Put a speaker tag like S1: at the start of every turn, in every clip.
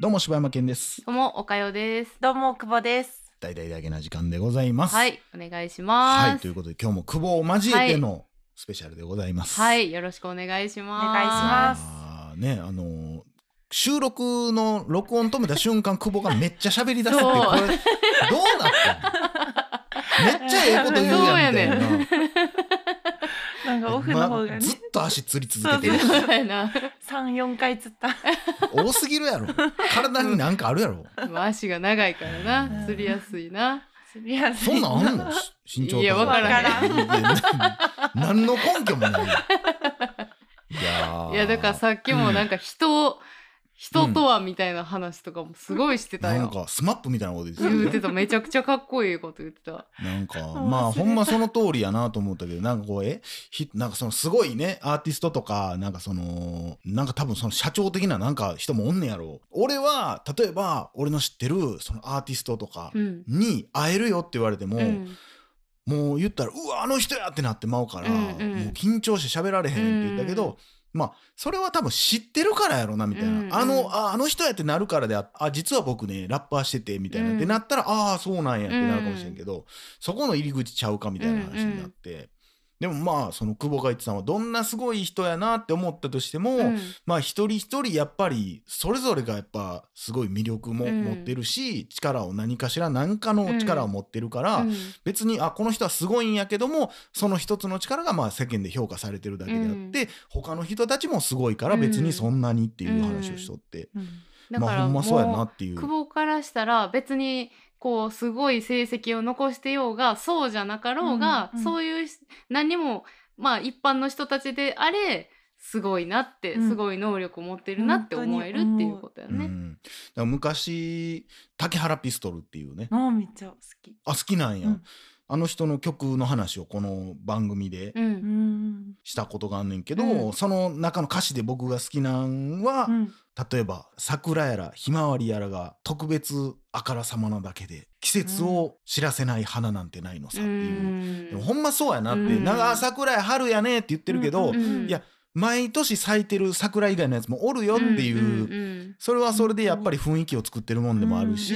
S1: どうも柴山健です。
S2: どうも、おかよです。
S3: どうも久保です。
S1: 大々だけな時間でございます。
S2: はい、お願いし
S1: はい。
S2: ます。
S1: ということで今日も久保を交えてのスペシャルでございます。。
S2: はいいよろしくお願いします。
S3: お願いします
S1: あーねあのー収録の録音止めた瞬 間久保がめっちゃ喋り出すっていう
S2: そう
S1: これどうなってんのめっちゃええこと言うやんみたいな
S2: そうや。
S3: なんかオフの方が
S1: ま
S3: ね、
S1: ずっと足つり続けてるし
S3: そう
S2: そうやな。
S3: 三四回つった。
S1: 多すぎるやろ体になんかあるやろ、
S2: まあ足が長いから
S3: う
S2: な、
S3: ん
S2: 釣りやすいな。
S3: すみませ
S1: そんなんあん のし身長と
S2: いやわ
S3: からん
S1: いや何の根拠もないよいやー
S2: いやだからさっきもなんか人を、人とはみたいな話とかもすごいしてた
S1: なん
S2: よ。
S1: かスマップみたいなこと言ってたよ
S2: 言って
S1: ね
S2: ためちゃくちゃかっこいいこと言ってた。
S1: なんか
S3: れ
S1: まあほんまその通りやなと思ったけどなんかこうえひなんかそのすごいねアーティストとかなんかそのなんか多分その社長的ななんか人もおんねやろ俺は例えば俺の知ってるそのアーティストとか
S2: うん。
S1: に会えるよって言われても、
S2: うん
S1: もう言ったら「うわあの人や!」ってなってまうから、
S2: うんうん
S1: もう緊張して喋られへんって言ったけど、
S2: うんう
S1: まあそれは多分知ってるからやろなみたいな、
S2: うんうん
S1: あのああの人やってなるからでああ実は僕ねラッパーしててみたいな、
S2: うん
S1: ってなったらああそうなんやってなるかもしれんけど、そこの入り口ちゃうかみたいな話になって。でもまあその久保が言ってたのはどんなすごい人やなって思ったとしても、
S2: うん
S1: まあ一人一人やっぱりそれぞれがやっぱすごい魅力も
S2: うん
S1: 持ってるし、力を何かしら何かの力を持ってるから、
S2: うん
S1: 別にあこの人はすごいんやけどもその一つの力がまあ世間で評価されてるだけであって、
S2: うん
S1: 他の人たちもすごいから別にそんなにっていう話をしとって、
S2: だか
S1: まあ
S2: ら
S1: ほん
S2: も
S1: ま
S2: う
S1: そうやなっていう
S2: 久保からしたら別にこうすごい成績を残してようがそうじゃなかろうが、
S3: うんうん
S2: そういうし何もまあ一般の人たちであれすごいなって、
S3: うん
S2: すごい能力を持ってるなって思えるっていうことや
S1: う
S2: ね。
S1: ん、だから昔竹原ピストルっていうね
S3: もうめっちゃ好き。
S1: あ好きなんや、
S3: うん
S1: あの人の曲の話をこの番組で
S2: うん
S3: う、ん。
S1: したことがあんねんけど、
S2: うん
S1: その中の歌詞で僕が好きなんは、
S3: うん。
S1: 例えば桜やらひまわりやらが特別あからさまなだけで季節を知らせない花なんてないのさっていう。でもほんまそうやなって、
S2: うん
S1: なんかあ桜や春やねって言ってるけど、
S2: うんうん
S1: いや毎年咲いてる桜以外のやつもおるよっていう、
S2: うん
S1: それはそれでやっぱり雰囲気を作ってるもんでもあるし、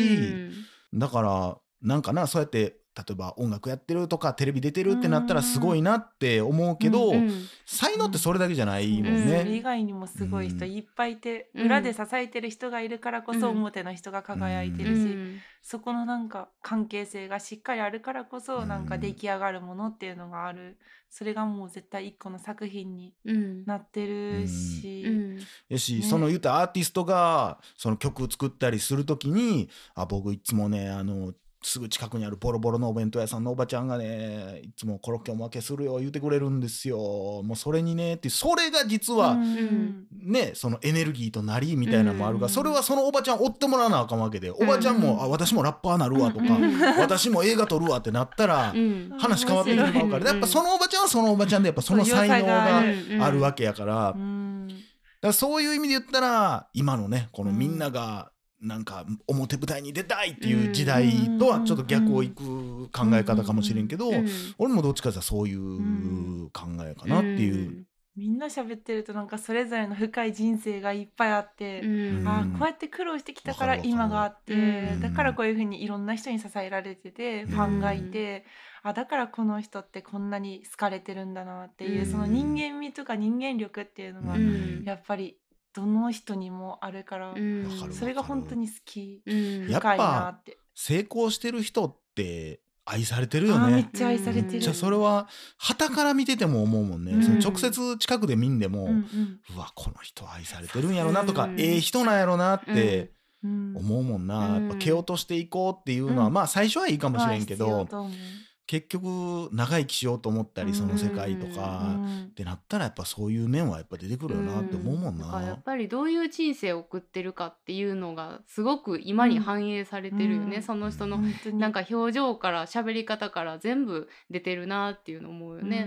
S2: うん
S1: だからなんかなそうやって例えば音楽やってるとかテレビ出てるってなったらすごいなって思うけど、
S2: うん
S1: 才能ってそれだけじゃないもん
S3: うんそれ
S1: ね。
S3: 以外にもすごい人いっぱいいて、
S2: うん
S3: 裏で支えてる人がいるからこそ
S2: うん
S3: 表の人が輝いて
S2: う
S3: るし、
S2: ん
S3: そこのなんか関係性がしっかりあるからこそなんか出来上がるものっていうのがあるそれがもう絶対一個の作品に
S2: うん
S3: なってるし、
S2: うん
S1: やし、
S3: ね
S1: その言ったアーティストがその曲作ったりする時にあ僕いつもねあのすぐ近くにあるボロボロのお弁当屋さんのおばちゃんがねいつもコロッケおまけするよ言うてくれるんですよもうそれにねってそれが実は、
S3: うん
S1: ね、そのエネルギーとなりみたいなのもあるが、
S3: うん
S1: それはそのおばちゃん追ってもらわなあかんわけで、おばちゃんも、
S3: うん
S1: あ私もラッパーなるわとか、
S2: うん
S1: 私も映画撮るわってなったら、
S2: うん
S1: 話変わってきてまうから、
S2: うん
S1: やっぱそのおばちゃんはそのおばちゃんでやっぱその
S3: そう
S1: 才能
S3: 要
S1: が
S3: 塞
S2: うん
S1: あるわけやから,、
S3: う
S1: だか
S3: ん
S1: らそういう意味で言ったら今のねこの
S3: うん
S1: みんながなんか表舞台に出たいっていう時代とはちょっと逆をいく考え方かもしれんけど、
S2: うん
S1: 俺もどっちかっていうとそういう考えかなっていう。
S3: みんな喋ってるとなんかそれぞれの深い人生がいっぱいあって、
S2: うん
S3: あ
S1: うん
S3: ーこうやって苦労してきたか
S1: わ
S3: ら
S1: かるわかる
S3: 今があって、
S2: うん
S3: だからこういうふうにいろんな人に支えられてて、
S1: うん
S3: ファンがいてあだからこの人ってこんなに好かれてるんだなっていう、
S2: うん
S3: その人間味とか人間力っていうのは、
S2: うん
S3: やっぱりどの人にもあるから、
S2: うん
S1: わかる
S3: それが本当に好き
S2: うん
S1: やっぱ
S3: 深いなって。
S1: 成功してる人って愛されてる
S3: あ
S1: よ
S3: ーめっ
S1: ね。
S3: ちゃ愛されて
S1: め
S3: る。
S1: っちゃそれは旗から見てても思うもんね、
S3: うん
S1: その直接近くで見んでも、
S3: うんうん
S1: うわこの人愛されてるんやろなとか、
S2: うん
S1: ええ人なんやろなって
S3: うん
S1: 思うもんな、
S2: うん
S1: やっぱ蹴落としていこうっていうのは、
S3: うん
S1: まあ最初はいいかもしれんけ
S3: まあ必要
S1: ど
S3: と思う
S1: 結局長生きしようと思ったりその世界とか、
S3: う
S1: っ
S3: ん
S1: てなったらやっぱそういう面はやっぱ出てくるよなって思うもん
S2: だ
S1: な。
S2: からやっぱりどういう人生を送ってるかっていうのがすごく今に反映されてるよね、
S3: うん
S2: その人の
S3: 本当に
S2: なんか表情から喋り方から全部出てるなっていうの思うよ
S3: う
S2: ね。
S3: ん
S1: う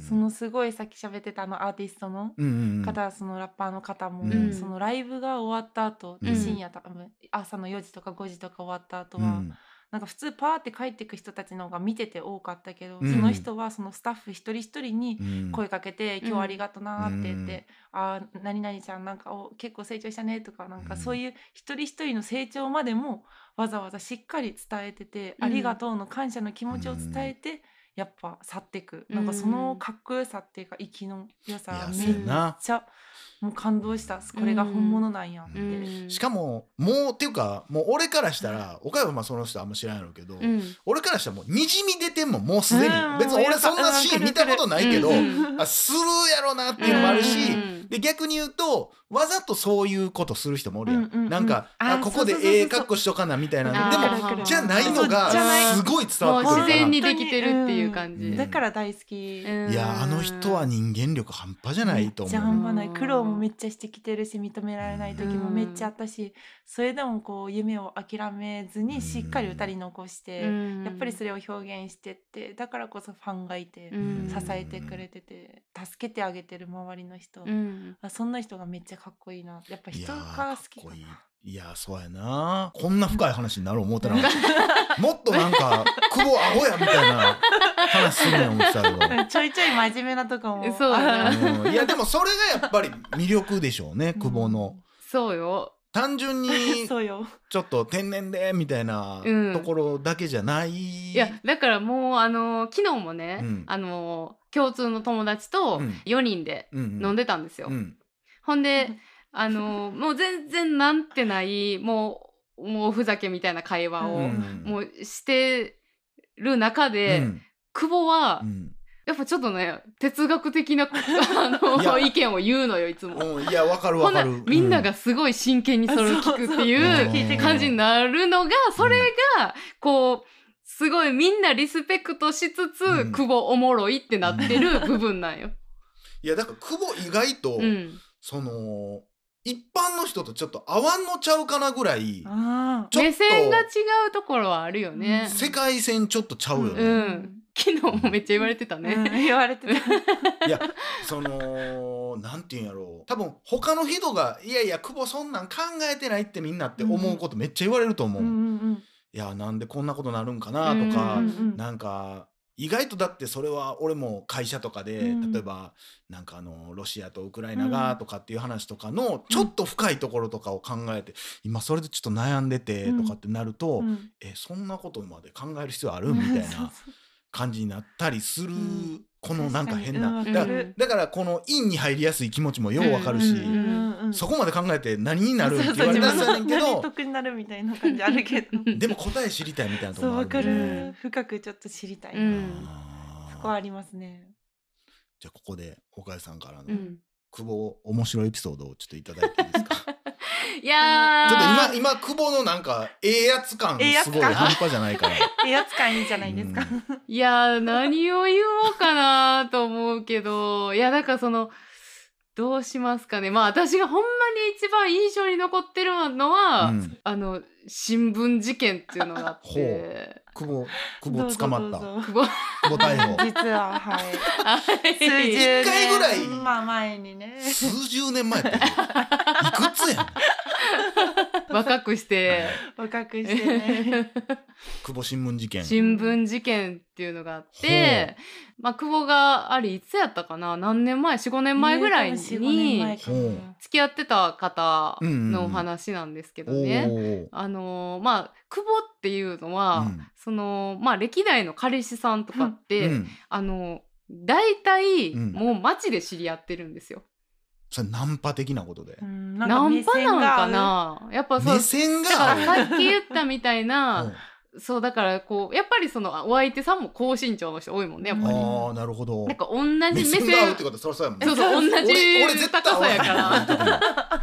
S1: ん
S3: そのすごいさっき喋ってたあのアーティストの
S1: うんうんうん
S3: 方、そのラッパーの方も、
S1: うん
S3: そのライブが終わった後、
S1: うん
S3: で深夜とか朝の4時とか5時とか終わった後
S1: う
S3: は、
S1: ん
S3: なんか普通パーって帰ってく人たちの方が見てて多かったけど、
S1: うん
S3: その人はそのスタッフ一人一人に
S1: うん
S3: 声かけて「今日はありがとな」って言って「あー何々ちゃんなんかお結構成長したね」とかなん
S1: う
S3: か
S1: ん
S3: そういう一人一人の成長までもわざわざしっかり伝えてて「
S2: うん
S3: ありがとう」の感謝の気持ちを伝えてやっぱ去ってくなんかそのかっこよさっていうか生きの良
S1: い
S3: さ
S1: や
S3: め
S1: そうや
S3: っ
S1: な
S3: ちゃもう感動したこれが本物なんやって。
S2: うん
S1: しかももうっていうかもう俺からしたら岡山はまあその人あんま知らんやろうけど、
S2: うん
S1: 俺からしたらもうにじみ出てんもんもうすでに、
S3: うん
S1: 別に俺そんなシーン見たことないけど、
S2: うんうん
S1: あするやろなっていうのもあるし、
S2: うんうん
S1: で逆に言うとわざとそういうことする人もおるやん、
S3: うんうんうん
S1: なんかあ
S3: あ
S1: ここで
S3: そうそうそうそう
S1: ええ格好しとかなみたいなの
S2: あー
S1: で
S2: わかるわか
S1: も
S2: る
S1: じゃないのが
S2: そうじゃない
S1: すごい伝
S2: も
S1: わ
S2: う
S1: ってくるから
S2: 自然にできてるっていう感じ。
S1: うん
S3: だから大好き。
S2: うん
S1: いやあの人は人間力半端じゃないと思
S3: めっちゃ半
S1: う。
S3: 端ない
S2: うん
S3: 苦労もめっちゃしてきてるし認められない時もめっちゃあったし、それでもこう夢を諦めず
S1: うん
S3: にしっかり歌に残して、やっぱりそ
S2: れ
S3: れを表現してってだからこそファンがいて、
S2: うん
S3: 支えてくれてて助けてあげてる周りの人、
S2: うん
S3: あそんな人がめっちゃかっこいいなやっぱ
S1: いや
S3: 人
S1: ー
S3: が好き
S1: かっこ
S3: かない
S1: いいいやそうやなこんな深い話になる思ってなかった もっとなんか久保アホやみたいな話するのや思ってたけど。
S3: うんちょいちょい真面目なとこ も
S2: そうだね
S1: うんいやでもそれがやっぱり魅力でしょうね久保の。
S2: そうよ。
S1: 単純に
S3: うんそうよ
S1: ちょっと天然でみたいな
S2: うん
S1: ところだけじゃない。
S2: いやだからもうあの昨日もね、
S1: うん
S2: あの共通の友達と
S1: うん
S2: 4人で飲ん
S1: で
S2: でたんですよ。
S1: うん
S2: ほんで
S3: うん
S2: あのもう全然なんてないもうもうおふざけみたいな会話
S1: う
S2: を
S1: ん
S2: もうしてる中で、
S1: うん
S2: 久保は
S1: うん
S2: やっぱちょっとね哲学的な あ
S1: いや
S2: の意見を言うのよいつも。
S1: うんいやわかる
S2: ほ
S1: わ
S2: ん
S1: か
S2: な
S1: る。
S2: みんな
S1: う
S2: がすごい真剣にそれを聞くって
S1: うん
S2: い
S1: 聞いて
S2: う
S1: く
S2: 感じになるのがそれがこうすごいみんなリスペクトしつつ、
S1: うん
S2: 久保おもろいってなってる部分な んよ。
S1: いやだから久保意外と
S2: うん、
S1: その一般の人とちょっと合わんのちゃうかなぐらい
S3: あ
S1: ちょ
S2: 目
S1: っ
S2: 線が違
S1: と
S2: うところはあるよね。
S1: 世界線ちょっとちゃうよ
S2: う
S1: ね。
S2: ん、昨日もめっちゃ言われてた
S3: あ、
S2: ね。
S3: うん言われ てた
S1: いやそのなんていうんやろう多分他の人が「いやいや久保そんなん考えてない」ってみんなって思うことめっちゃ言われると思う、
S3: うん
S1: い
S3: うん
S1: やなんでこんなことなるんかなと
S3: う
S1: か、
S3: んうん
S1: なんか意外とだってそれは俺も会社とかで、
S3: うん
S1: 例えばなんかあのロシアとウクライナがとかっていう話とかのちょっと深いところとかを考えて、今それでちょっと悩んでてとかってなると、
S3: うんうん
S1: えそんなことまで考える必要あるみたい
S3: そう そう
S1: な感じになったりする、
S3: ん
S1: このなんか変な。
S3: 確
S1: だから
S3: かにうんわかる
S1: だからこの陰に入りやすい気持ちもようわかるし、
S2: うんうん
S1: そこまで考えて何になるって
S3: そう
S1: 言
S3: そう
S1: われ
S3: 自
S1: たらそうやねんけど
S3: 分の何得になるみたいな感じある けど
S1: でも答え知りたいみたいなとこ
S3: そう
S1: ろもあ
S3: わ
S1: る
S3: か
S1: よ
S3: る
S1: ね。
S3: 深くちょっと知りたいな、
S2: うん
S1: あー
S3: そこはありますね
S1: じゃあここで岡井さんからの
S2: うん
S1: 久保面白いエピソードをちょっといただいていいです かちょっ
S2: いやー
S1: と今今久保のなんかええやつ感
S3: ええやつ
S1: す
S3: 感
S1: ごい半端じゃないから
S3: えやつ感いいじゃないですか、
S2: いやー何を言おうかなと思うけどいやだからそのどうしますかねまあ私がほんまに一番印象に残ってるのは、
S1: うん
S2: あの新聞事件っていうのがあって
S1: 久保久保捕まった
S3: どうぞ
S2: 久保
S1: 久保逮
S3: どうぞ
S1: 捕
S3: 実ははい 数十
S2: はい
S3: 年
S1: 一回ぐらい
S3: まあ前に ね
S1: 数十年前やっていくつやん
S2: 若くして
S3: 若くしてね
S1: 久保新聞事件
S2: 新聞事件っていうのがあって、まあ、久保があれいつやったかな何年前45年 前ぐらいに
S3: ね多分4-5年前
S2: 付
S3: かな
S1: うん
S2: き合ってた方のお話なんですけどね。
S1: お
S2: あのーまあ久保っていうの
S1: お、
S2: は、
S1: うん
S2: そのまあ歴代の彼氏さんとかって、
S1: うん、
S2: あのー大体、
S1: うん
S2: もう街で知り合ってるんですよ。
S1: それナンパ的なことで、
S3: うんなん
S2: ナ
S3: か
S2: ン
S3: 目
S2: パ
S3: 線
S2: なの
S3: が合
S2: か
S3: う
S2: なやっぱそう
S1: 目線
S2: だから
S1: が
S2: さっき言ったみたい
S1: あ
S2: なそうだからこうやっぱりそのお相手さんも高身長の人多いもんねやっぱ
S1: あ
S2: り。
S1: ーなるほど
S2: なんか同じ目
S1: 目線
S2: 線
S1: が合うってことはそりゃそうやもんね
S2: そうそう同
S1: 俺俺
S2: じ
S1: 絶対
S2: 高
S1: 合わへ
S2: さ
S1: ん
S2: やから。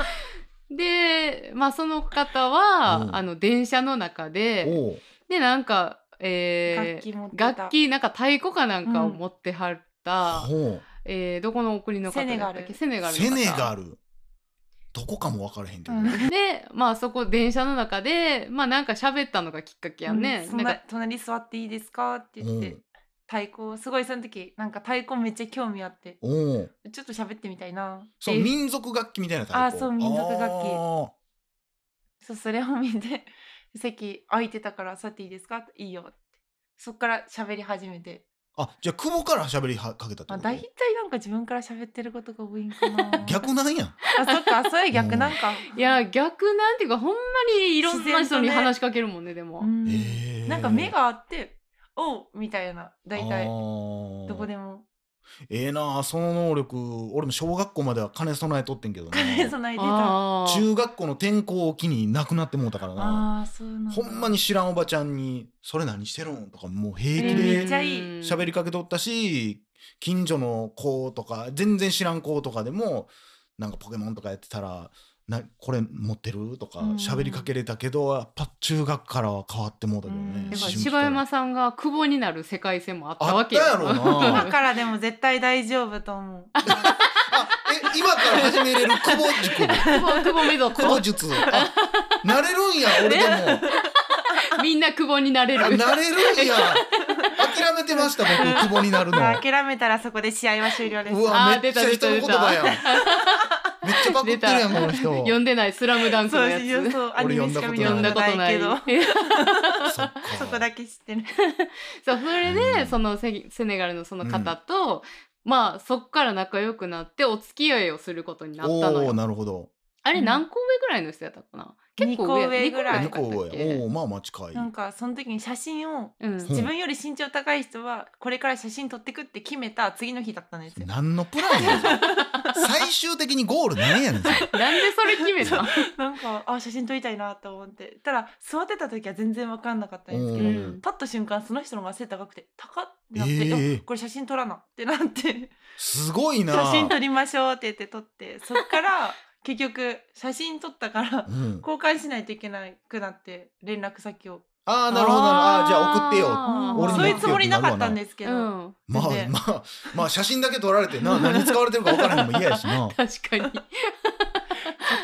S2: でまあその方は、
S1: うん
S2: あの電車の中で。
S1: おう
S2: でなんか、えー、
S3: 楽器持ってた
S2: 楽器なんか太鼓かなんかを持ってはった、
S1: ほ
S2: えーどこのお国の方
S3: セネ
S2: だ
S3: ガ
S2: ったっ
S3: ル
S2: けセネガ
S1: う
S2: ル
S1: セネガ
S2: ル
S1: ルどこかも分からへんけ
S3: う
S1: ど、
S3: ん
S2: でまあそこ電車の中でまあなんか喋ったのがきっかけやね、
S3: うん
S2: なんか
S3: 隣隣座っていいですかって言って、
S1: うん
S3: 太鼓をすごいその時なんか太鼓めっちゃ興味あって
S1: おう
S3: ちょっと喋ってみたいな
S1: その民族楽器みたいなタイプ
S3: あーそう民族楽器
S1: あ
S3: そうそれを見て 席空いてたから座っていいですかいいよってそっから喋り始めて
S1: あじゃあ久保から喋りはかけたって
S3: あ
S1: こと
S3: 大体なんか自分から喋ってることが多いんかな
S1: 逆なんやん
S3: あそっかそういう逆なんか
S2: いや逆なんていうかほんまにいろんな人に
S3: 自然とね
S2: 話しかけるもんねでも、
S3: うん
S1: えー
S3: なんか目があっておうみたいな大
S1: あ
S3: 体ど
S1: ー
S3: こでも
S1: ええなあその能力俺も小学校までは金備えとってんけどな
S3: 金備えてたあ
S2: あー
S1: 中学校の転校を機になくなってもうたからな
S3: あーそうなんだ
S1: ほんまに知らんおばちゃんに「それ何してるん?」とかもう
S3: え
S1: 平
S3: ー
S1: 気
S3: め
S1: で
S3: っちゃいい
S2: うん
S1: 喋りかけとったし近所の子とか全然知らん子とかでもなんかポケモンとかやってたら「なこれ持ってる?」とか
S3: うん
S1: 喋りかけれたけどやっぱ中学からは変わってもうたけど
S3: うん
S1: ね。
S2: だから
S1: 思春期
S2: 柴
S1: ら
S2: 山さんが久保になる世界線もあった
S1: あ
S2: わ
S1: っ
S2: け
S1: たやろな
S3: 今からでも絶対大丈夫と思う
S1: あえ今から始めれる 久保塾
S2: 久保久保メゾッ
S1: 久保
S2: ト
S1: 術あなれるんや俺でも。
S2: みんな久保になれ
S1: あ
S2: る
S1: なれるんや諦めてました僕久保になるの
S3: 諦めたらそこで試合は終了です
S1: うわ
S2: あー
S1: めっちゃ
S2: 出た
S1: 人の
S2: 出
S1: 言
S2: た
S1: 葉やんめっちゃパクってるやんこの人
S2: 読んでない「スラムダンク
S3: そ
S2: の
S3: う
S2: や
S3: そう
S2: つ
S3: そうアニメしか見た
S2: 読
S1: 読
S2: んだ
S3: こ
S2: ことと
S3: な
S2: ないい
S3: けど
S1: そっか
S3: そこだけ知ってる
S2: そうそれ
S1: うん
S2: でそのセセネガルのその方と、まあそっから仲良くなってお付き合いをすることになったの
S1: おお
S2: よ
S1: なるほど
S2: あれ
S3: うん
S2: 何個上ぐらいの人やったかな結構
S3: 二個上ぐらい
S2: 二
S1: 2
S2: 個上
S1: 個
S2: だった
S1: 上
S2: っけ
S1: やおおまあまあ近い
S3: なんかその時に写真を
S2: うん
S1: ん
S3: 自分より身長高い人はこれから写真撮ってくって決めた次の日だったんですよ。
S1: 何のプランやねん それ最終的にゴール何やねんそれ
S2: なんでそれ決めたん
S3: なんかあ写真撮りたいなと思ってたら座ってた時は全然分かんなかったんですけ
S1: う
S3: ど
S1: ん
S2: うん
S3: 立った瞬間その人の方が背高くて高っってなって、
S1: えー
S3: あこれ写真撮らなってなって
S1: すごいな
S3: 写真撮りましょうって言って撮ってそっから結局写真撮ったから
S1: うん、
S3: 交換しないといけなくなって連絡先を
S1: ああなるほどなるほどあーじゃあ送ってよ
S2: あー
S1: 俺の
S3: そういうつもりなかったんですけ
S2: う
S3: ど、
S2: ん
S1: まあ
S3: 全然
S1: まあまあ写真だけ撮られてな何に使われてるか分からんのも嫌やし な
S2: 確かに
S3: そっ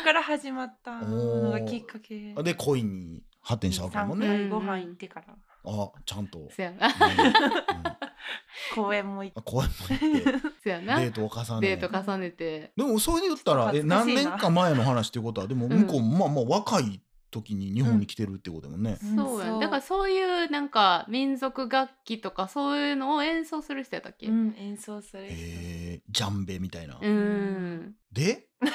S3: から始まったのがきっかけ
S1: で恋に発展したわけだもん
S3: 3
S1: ね
S3: 回ご飯行ってから
S1: あちゃんと、うん
S2: そやな
S1: うん
S3: 公園も行って
S1: あ公園も行 って
S2: そやな
S1: デー
S2: デ
S1: トを重ね
S2: ート重ねて
S1: でもそれで言ったら
S3: ちょ
S1: え
S3: っと恥
S1: 何
S3: ずかしい
S1: 年
S3: な
S1: か前の話っていうことはでも
S2: ん
S1: 向こうも、まあまあ若い時に日本に来てるってことだもんね、
S3: うん
S2: そうや
S3: そ
S2: ん
S3: う
S2: だからそういうなんか民族楽器とかそういうのを演奏する人やったっけ
S3: うん、演奏する人。
S1: えージャンベみたいな、
S2: うん
S1: で
S3: で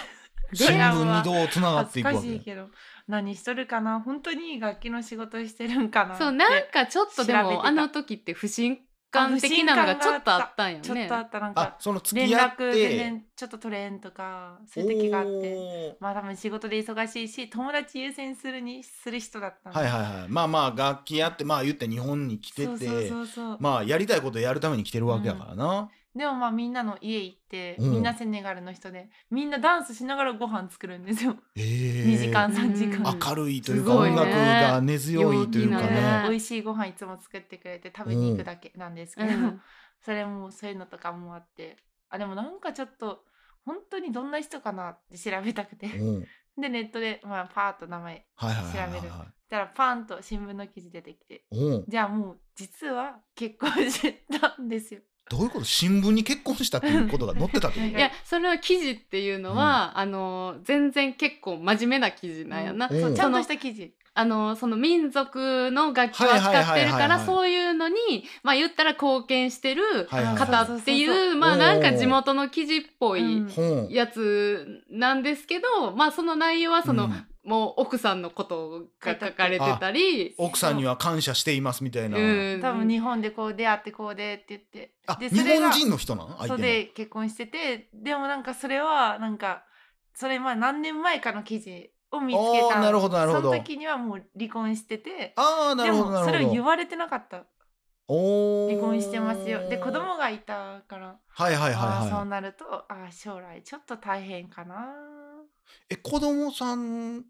S1: 新聞にどうつながってい
S3: 恥ず
S1: く
S3: か
S1: わ
S3: しい
S1: け
S3: けど何しとるかな本当に楽器の仕事してるんかなって
S2: そうなんかちょっとで
S3: 調べて
S2: も
S3: た
S2: あの時って不信感的なのがちょっとあったんよ
S3: ちょっ
S2: ね
S3: とあったなん
S1: あ
S3: か
S1: その付
S3: 連
S1: き合っ
S3: 絡全
S1: て
S3: 然ちょっと取れんとかそういう時があってまあ多分仕事で忙しいし友達優先するにする人だった
S1: お
S3: の
S1: ーはいはいはいまあまあ楽器やってまあ言って日本に来てて
S3: そうそうそうそう、
S1: まあやりたいことやるために来てるわけだからな、
S3: でもまあみんなの家行って
S1: うん
S3: みんなセネガルの人でみんなダンスしながらご飯作るんですよ
S1: ええ
S3: 2時間3時
S2: うん
S3: 間
S2: あ
S1: 明るいというか
S2: すごい
S1: 音
S2: ね
S1: 楽が根強いというか
S2: 陽気な
S1: ね
S2: ね
S3: 美味しいご飯いつも作ってくれて食べに行くだけなんですけど、
S2: うん
S3: それもそういうのとかもあってあでもなんかちょっと本当にどんな人かなって調べたくて
S1: うん
S3: でネットで、まあ、パーッと名前
S1: はいはいはいはい
S3: 調べる
S1: はい
S3: したらパンと新聞の記事出てきて
S1: うん
S3: じゃあもう実は結婚してたんですよ。
S1: どういうこと新聞に結婚したっていうことが載ってたってこと
S3: うん
S2: いやその記事っていうのは、あの全然結構真面目な記事なんやな、
S1: うん
S3: そう
S1: お
S3: ちゃんとした記事
S2: あのその民族の楽器を扱ってる
S1: はいはいはい
S2: か
S1: はいは
S2: ら
S1: い
S2: そういうのにまあ言ったら貢献してる
S1: はいはい
S2: 方
S1: は
S2: って
S3: そうそう
S2: い
S3: そうう
S2: まあなん
S1: お
S2: か
S1: ー
S2: 地元の記事っぽ
S3: う
S2: い
S3: ん
S1: い。本
S2: やつなんですけどまあその内容はその、
S1: うん
S2: もう奥さんのことが書かれてたり。
S1: 奥さんには感謝していますみたいな。
S2: うん
S3: 多分日本でこう出会ってこうでって言って
S1: あ、
S3: で
S1: 日
S3: それが
S1: 本人の人なん相
S3: そう
S1: 手
S3: で結婚しててでもなんかそれはなんかそれまあ何年前かの記事を見つけ
S1: おー
S3: た
S1: なるほどなるほど
S3: その時にはもう離婚してて
S1: の。ああ、な
S3: で
S1: るほど
S3: も
S1: な
S3: そ
S1: る
S3: れを
S1: ほ
S3: 言
S1: ど。
S3: われてなかった
S1: おー
S3: 離婚してますよで子。供がいたから、
S1: はいはい
S3: あ
S1: はい
S3: ーそう
S1: はい。
S3: なるとあー将来ちょっと大変かな
S1: え、子供さん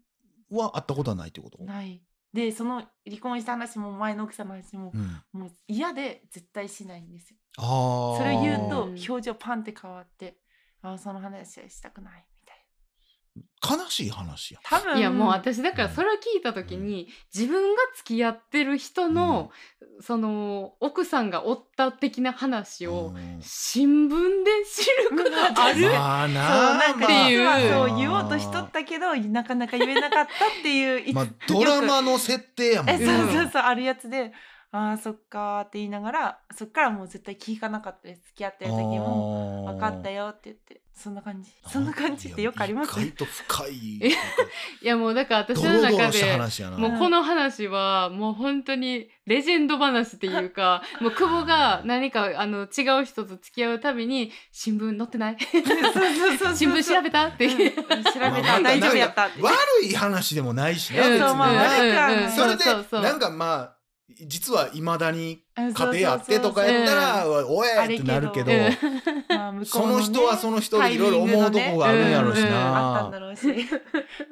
S1: は会ったことはないってこと
S3: ないでその離婚した話も前の奥さんの話も
S1: う、ん。
S3: もう嫌で絶対しないんですよ
S1: ああ。
S3: それを言うと
S2: うん
S3: 表情パンって変わってあーその話はしたくないみたいな
S1: 悲しい話やん
S3: 多分
S2: いやもう私だから
S1: うん
S2: それを聞いた時に、自分が付き合ってる人の、その奥さんがおった的な話を
S1: うん
S2: 新聞で知 ることある、
S1: まあ
S3: そう
S1: な
S3: なんか
S2: っていう
S3: 実はそう言おうとしとったけどなかなか言えなかったっていう
S1: まあ
S3: いつ
S1: ドラマの設定やもん
S3: え
S1: ね
S3: そうそうそう、あるやつで「あーそっか」って言いながらそっからもう絶対聞かなかったです付き合ってる時も「分かった
S1: よ
S3: よ」って言ってそんな感じそんな感じってよくあります
S1: 意外と深い
S2: えいやもうだから私
S1: ド
S2: の
S1: ロド
S2: 中
S1: ロした
S2: で
S1: 話やな
S2: もうこの話はもう本当にレジェンド話っていうかもう久保が何かあの違う人と付き合うたびに「新聞載ってない 新聞調べた?」って
S3: うん調べ
S2: いう。
S1: まあま
S3: た
S1: た
S3: 大丈夫やったって
S1: 悪い話でもないしな
S3: うん
S1: 別に
S3: そうまあ
S1: な
S3: 悪いからね
S1: それで
S2: そうそう
S1: なんかまあ実はいまだに
S3: う
S1: 家
S3: んそうそうそう
S1: 庭あってとかやったら「おい!」ってなるけど
S2: うん
S3: まあ向こ
S1: そう
S3: ね
S1: の人はその人でいろいろ思うとこがあるんやろうし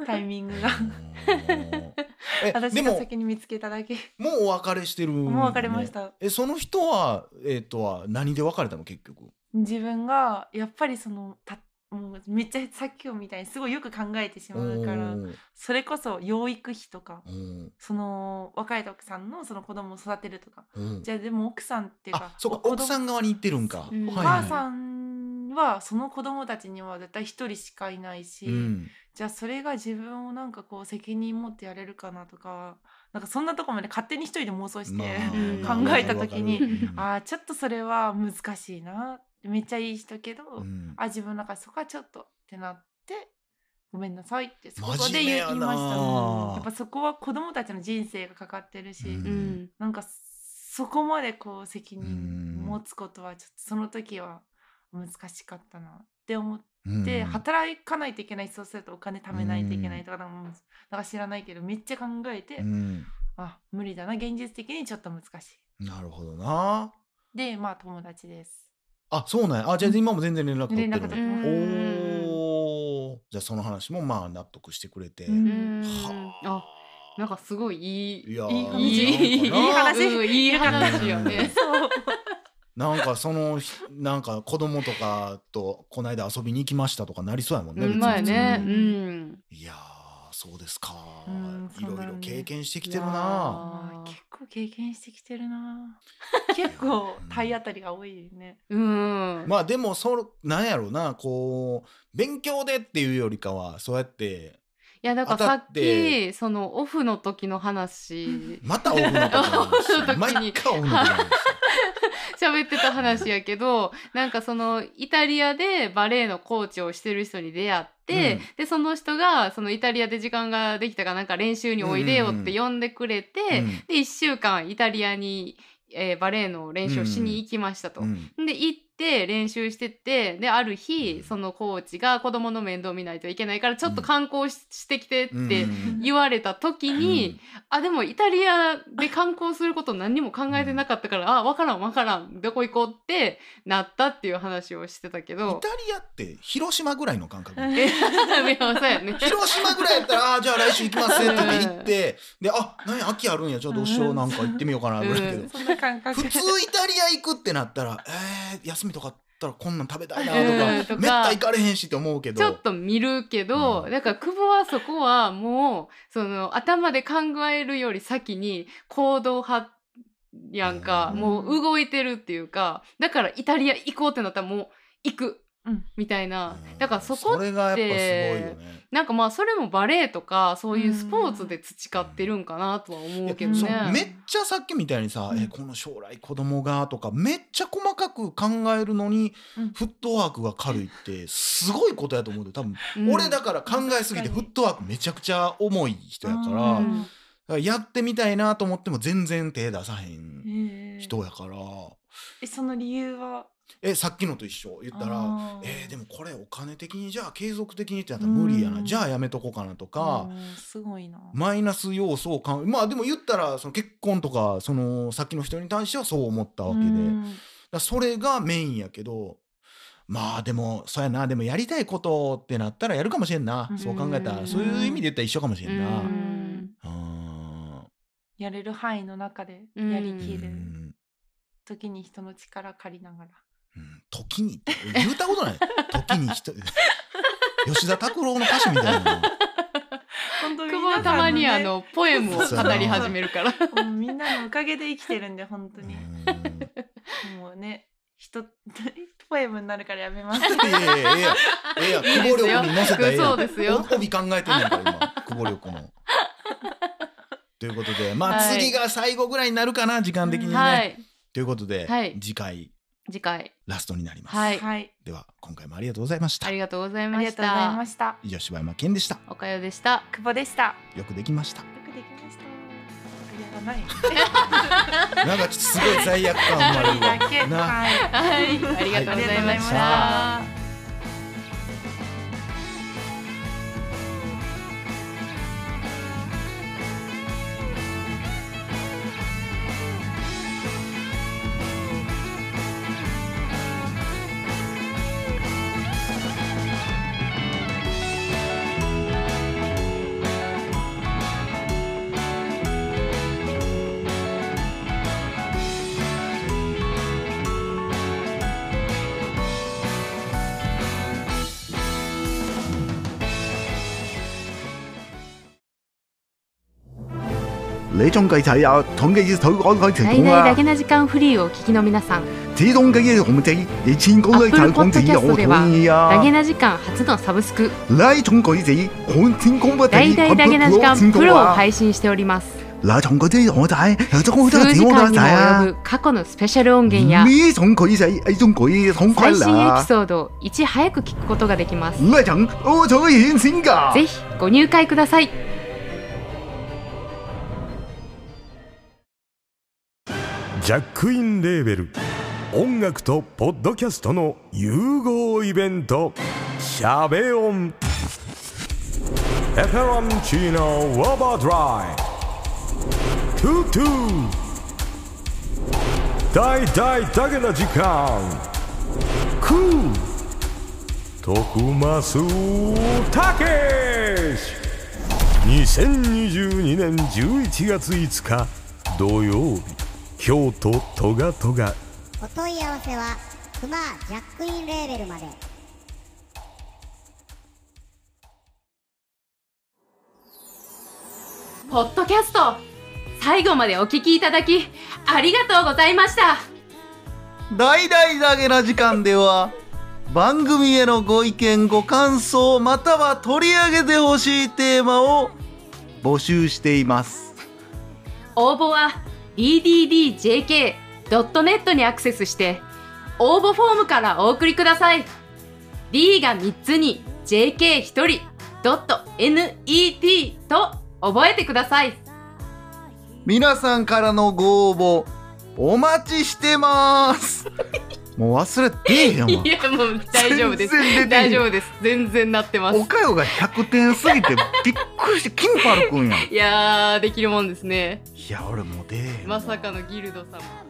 S2: タイミングのねうんうん
S3: あっ
S1: な。
S3: たんだろうし タイミングが
S1: えで
S3: 私が
S1: も
S3: 先に見つけただけ
S1: もうお別れしてるんよね
S3: もう別れました
S1: えその人はえっとは何で別れたの結局
S3: 自分がやっぱりそのたもうめっちゃさっきみたいにすごいよく考えてしまうから
S1: おー
S3: それこそ養育費とか
S1: おー
S3: その若い奥さんのその子供を育てるとか
S1: おー
S3: じゃあでも奥さんっていうか
S1: あそうか
S3: お子供
S1: 奥さん側に行ってるんか
S2: うん
S1: はい
S3: お
S1: はい
S3: 母さんはその子供たちには絶対一人しかいないし、
S1: うん
S3: じゃあそれが自分をなんかこう責任持ってやれるかなとかなんかそんなとこまで勝手に一人で妄想して、
S1: まあ
S2: うん考えた
S3: 時に
S1: うん
S3: あーちょっとそれは難しいなめっちゃいい人けど、
S1: うん
S3: あ自分の中そこはちょっとってなってごめんなさいってそこ
S1: 真
S3: で
S1: 面目
S3: 言い
S1: やな
S3: 言いました、
S1: うん
S3: やっぱそこは子供たちの人生がかかってるし、
S1: うん
S2: うん
S3: なんかそこまでこう責任持つことはちょっとその時は難しかったなって思っ
S1: う
S3: て、
S1: ん
S3: 働かないといけないそうするとお金貯めないといけないとかなんかもうなんか知らないけどめっちゃ考えて、
S1: うん
S3: あ無理だな現実的にちょっと難し
S1: なるほどない
S3: でまあ友達です
S1: あそうなんやあじゃあ今も全然連絡取
S3: 連
S1: ってる
S3: 絡取っ
S1: の
S3: てます
S2: うん
S1: おーじゃあその話もまあ納得してくれて、
S3: うん
S2: うんあなんかすごいいい
S1: いやー
S2: いいいい
S1: いい話
S2: うんいい話よ
S1: よかっ
S2: ね。
S3: そう
S1: なんかそのひなんか子供とかとこの間遊びに行きましたとかなりそうやもんね、
S2: う
S1: 別
S2: ん
S1: に
S2: まいね。
S1: 普
S2: う
S1: 通に
S2: ん。
S1: いやーそうですか
S3: うん
S1: い
S3: そう
S1: ろ
S3: ない
S1: ろ
S3: んだ
S1: 経験してきてる
S2: いや
S1: な
S3: あ
S2: あー
S3: ー結構経験してきてる な結構体当たりが多いね
S2: うん。
S1: まあでもそなんやろうなこう勉強でっていうよりかはそうやって
S2: いやだから
S1: 当た
S2: さ
S1: っ
S2: ってきそのオフの時の話
S1: またオフの時なんですよ
S2: オフの時に
S1: 毎回オフの時なんですよ
S2: 喋ってた話やけどなんかそのイタリアでバレエのコーチをしてる人に出会って、
S1: うん
S2: でその人がそのイタリアで時間ができたからなんか練習においでよって呼んでくれて、
S1: うん
S2: で1週間イタリアに、えーバレエの練習をしに行きましたと。
S1: うん
S2: で行って練習してってである
S1: うん
S2: 日そのコーチが子供の面倒見ないといけないからちょっと観光し,、してきてっ
S1: うん
S2: て言われた時に、
S1: うん
S2: あでもイタリアで観光すること何にも考えてなかったから、あ分からん分からんどこ行こうってなったっていう話をしてたけ
S1: イ
S2: ど
S1: タリアって広島ぐらいの感覚
S2: えそうやね
S1: 広島ぐらいやったら「あーじゃあ来週行きます」って言って行ってで「あ何や秋あるんやちょっとお塩なんか行ってみようかな」ぐらいやけど、
S2: うん
S3: そんな感覚
S1: 普通イタリア行くってなったら「えー、休みとかあったらこんなん食べたいな」とか、
S2: うんとか
S1: めった行かれへんしって思うけど
S2: ちょっと見るけど、
S1: う
S2: だから久保はそこはもうその頭で考えるより先に行動派やんか、
S1: うん
S2: もう動いてるっていうかだからイタリア行こうってなったらもう行く、
S3: うん
S2: みたいな、だからそこ
S1: それがやっぱすごいよね。
S2: なんかまあそれもバレエとかそういうスポーツで培ってるんかなとは思うけど
S1: い
S2: ね。
S1: やそう
S3: うん
S1: めっちゃさっきみたいにさ「
S3: うん
S1: えこの将来子供が」とかめっちゃ細かく考えるのに、
S3: うん
S1: フットワークが軽いってすごいことやと思うで多分、
S2: うん
S1: 俺だから考えすぎてフ
S3: 確かに
S1: ットワークめちゃくちゃ重い人やから,、
S2: う
S1: だ
S2: ん
S1: からやってみたいなと思っても全然手出さへん
S3: えー
S1: 人やから、
S3: えその理由は
S1: えさっきのと一緒言ったら。
S3: あー
S1: えーでもこれお金的にじゃあ継続的にってなったら無理やな、
S3: うん
S1: じゃあやめとこうかなとか、
S3: うんすごいな、
S1: マイナス要素をかんまあでも言ったらその結婚とかその先の人に対してはそう思ったわけで、
S3: う
S1: だか
S3: ん
S1: らそれがメインやけどまあでもそうやなでもやりたいことってなったらやるかもしれんな、
S3: うん
S1: そう考えたらそういう意味で言ったら一緒かもしれんな
S2: う
S3: うんん
S1: うん
S3: やれる範囲の中で
S2: うん
S3: やりき
S1: う
S3: る
S1: ん
S3: 時に人の力借りながら、
S1: うん時にって言うたことない時に人吉田拓郎の歌詞みたいな。
S3: 本当
S2: 久
S3: 皆
S2: 保
S3: さん
S2: はたまにあ
S3: の
S2: のポエムを語り始めるから
S3: ねもうみんなのおかげで生きてるんで本当
S1: うん
S3: に
S1: い
S3: もうね人 ポエムになるからやめます
S1: やいやいやいやええやん、久保力に乗せたらええやん
S2: そうですよ
S1: お帯考えてんねんから今、久保力の。ということで、まあ
S2: はい
S1: 次が最後ぐらいになるかな、時間的にね。
S2: はい
S1: ということで、
S2: はい
S1: 次回
S2: 次回
S1: ラストになります。
S2: はい
S3: はい、
S1: では今回もありがとうございました
S2: あ。りがとうござい
S3: あ
S2: ま
S3: りが
S2: し
S3: とうござい
S2: た
S3: ました
S1: 以上柴山健でした。
S2: おかよでした
S3: 久保でした
S1: よくできました。
S3: よくできましたやらない
S1: なんかちょっとすごい罪悪感生まれる
S3: だけ
S1: わ。な。
S3: はい
S2: はいありがとうございまし
S3: は
S2: た
S3: い
S4: 你中計睇下統計嘅睇講講情
S2: 最
S4: 況
S2: 大だ
S4: 啊
S2: け！な時間フリーをお聞きの皆さん
S4: 始終計嘅紅字，你千公都睇講字我同意啊
S2: ダ！ゲな時間初のサブスク
S4: 你中計字，我千公不
S2: 大
S4: 睇
S2: 々だけな時間
S4: 講
S2: プ
S4: 講
S2: ロを
S4: 啊！
S2: 配信しております
S4: 你中計字我睇，有中我
S2: 数
S4: 睇
S2: 時
S4: 我
S2: 間にも
S4: 睇啊！
S2: 及ぶ過去のスペシャル音源や
S4: 你中計字，你中計同
S2: 最
S4: 困
S2: 新エピ
S4: 啦！
S2: ソードをいち早く聞くことができます
S4: 你中我中顯先噶。
S2: ぜひご入会ください
S5: ジャックインレーベル音楽とポッドキャストの融合イベント「シャベオン」「エフェロンチーノウォーバードライ」「トゥトゥ」「大大だけな時間」「クー」「徳マスたけし」2022年11月5日土曜日京都トガトガ
S6: お問い合わせはクマジャックインレーベルまで。
S2: ポッドキャスト最後までお聞きいただきありがとうございました
S7: 大々だげな時間では番組へのご意見ご感想または取り上げてほしいテーマを募集しています
S2: 応募は ddjk.net にアクセスして応募フォームからお送りください D が3つに JK1 人 .net と覚えてください
S7: 皆さんからのご応募お待ちして ますもう忘れてえへんわ
S2: いやもう大丈夫です
S7: 全然出てへん
S2: 大丈夫です全然なってます
S7: おかよが100点すぎてびっくりして金パルくんやんい
S2: いやーできるもんですね
S7: や俺もう出えへんわ
S2: まさかのギルドさんも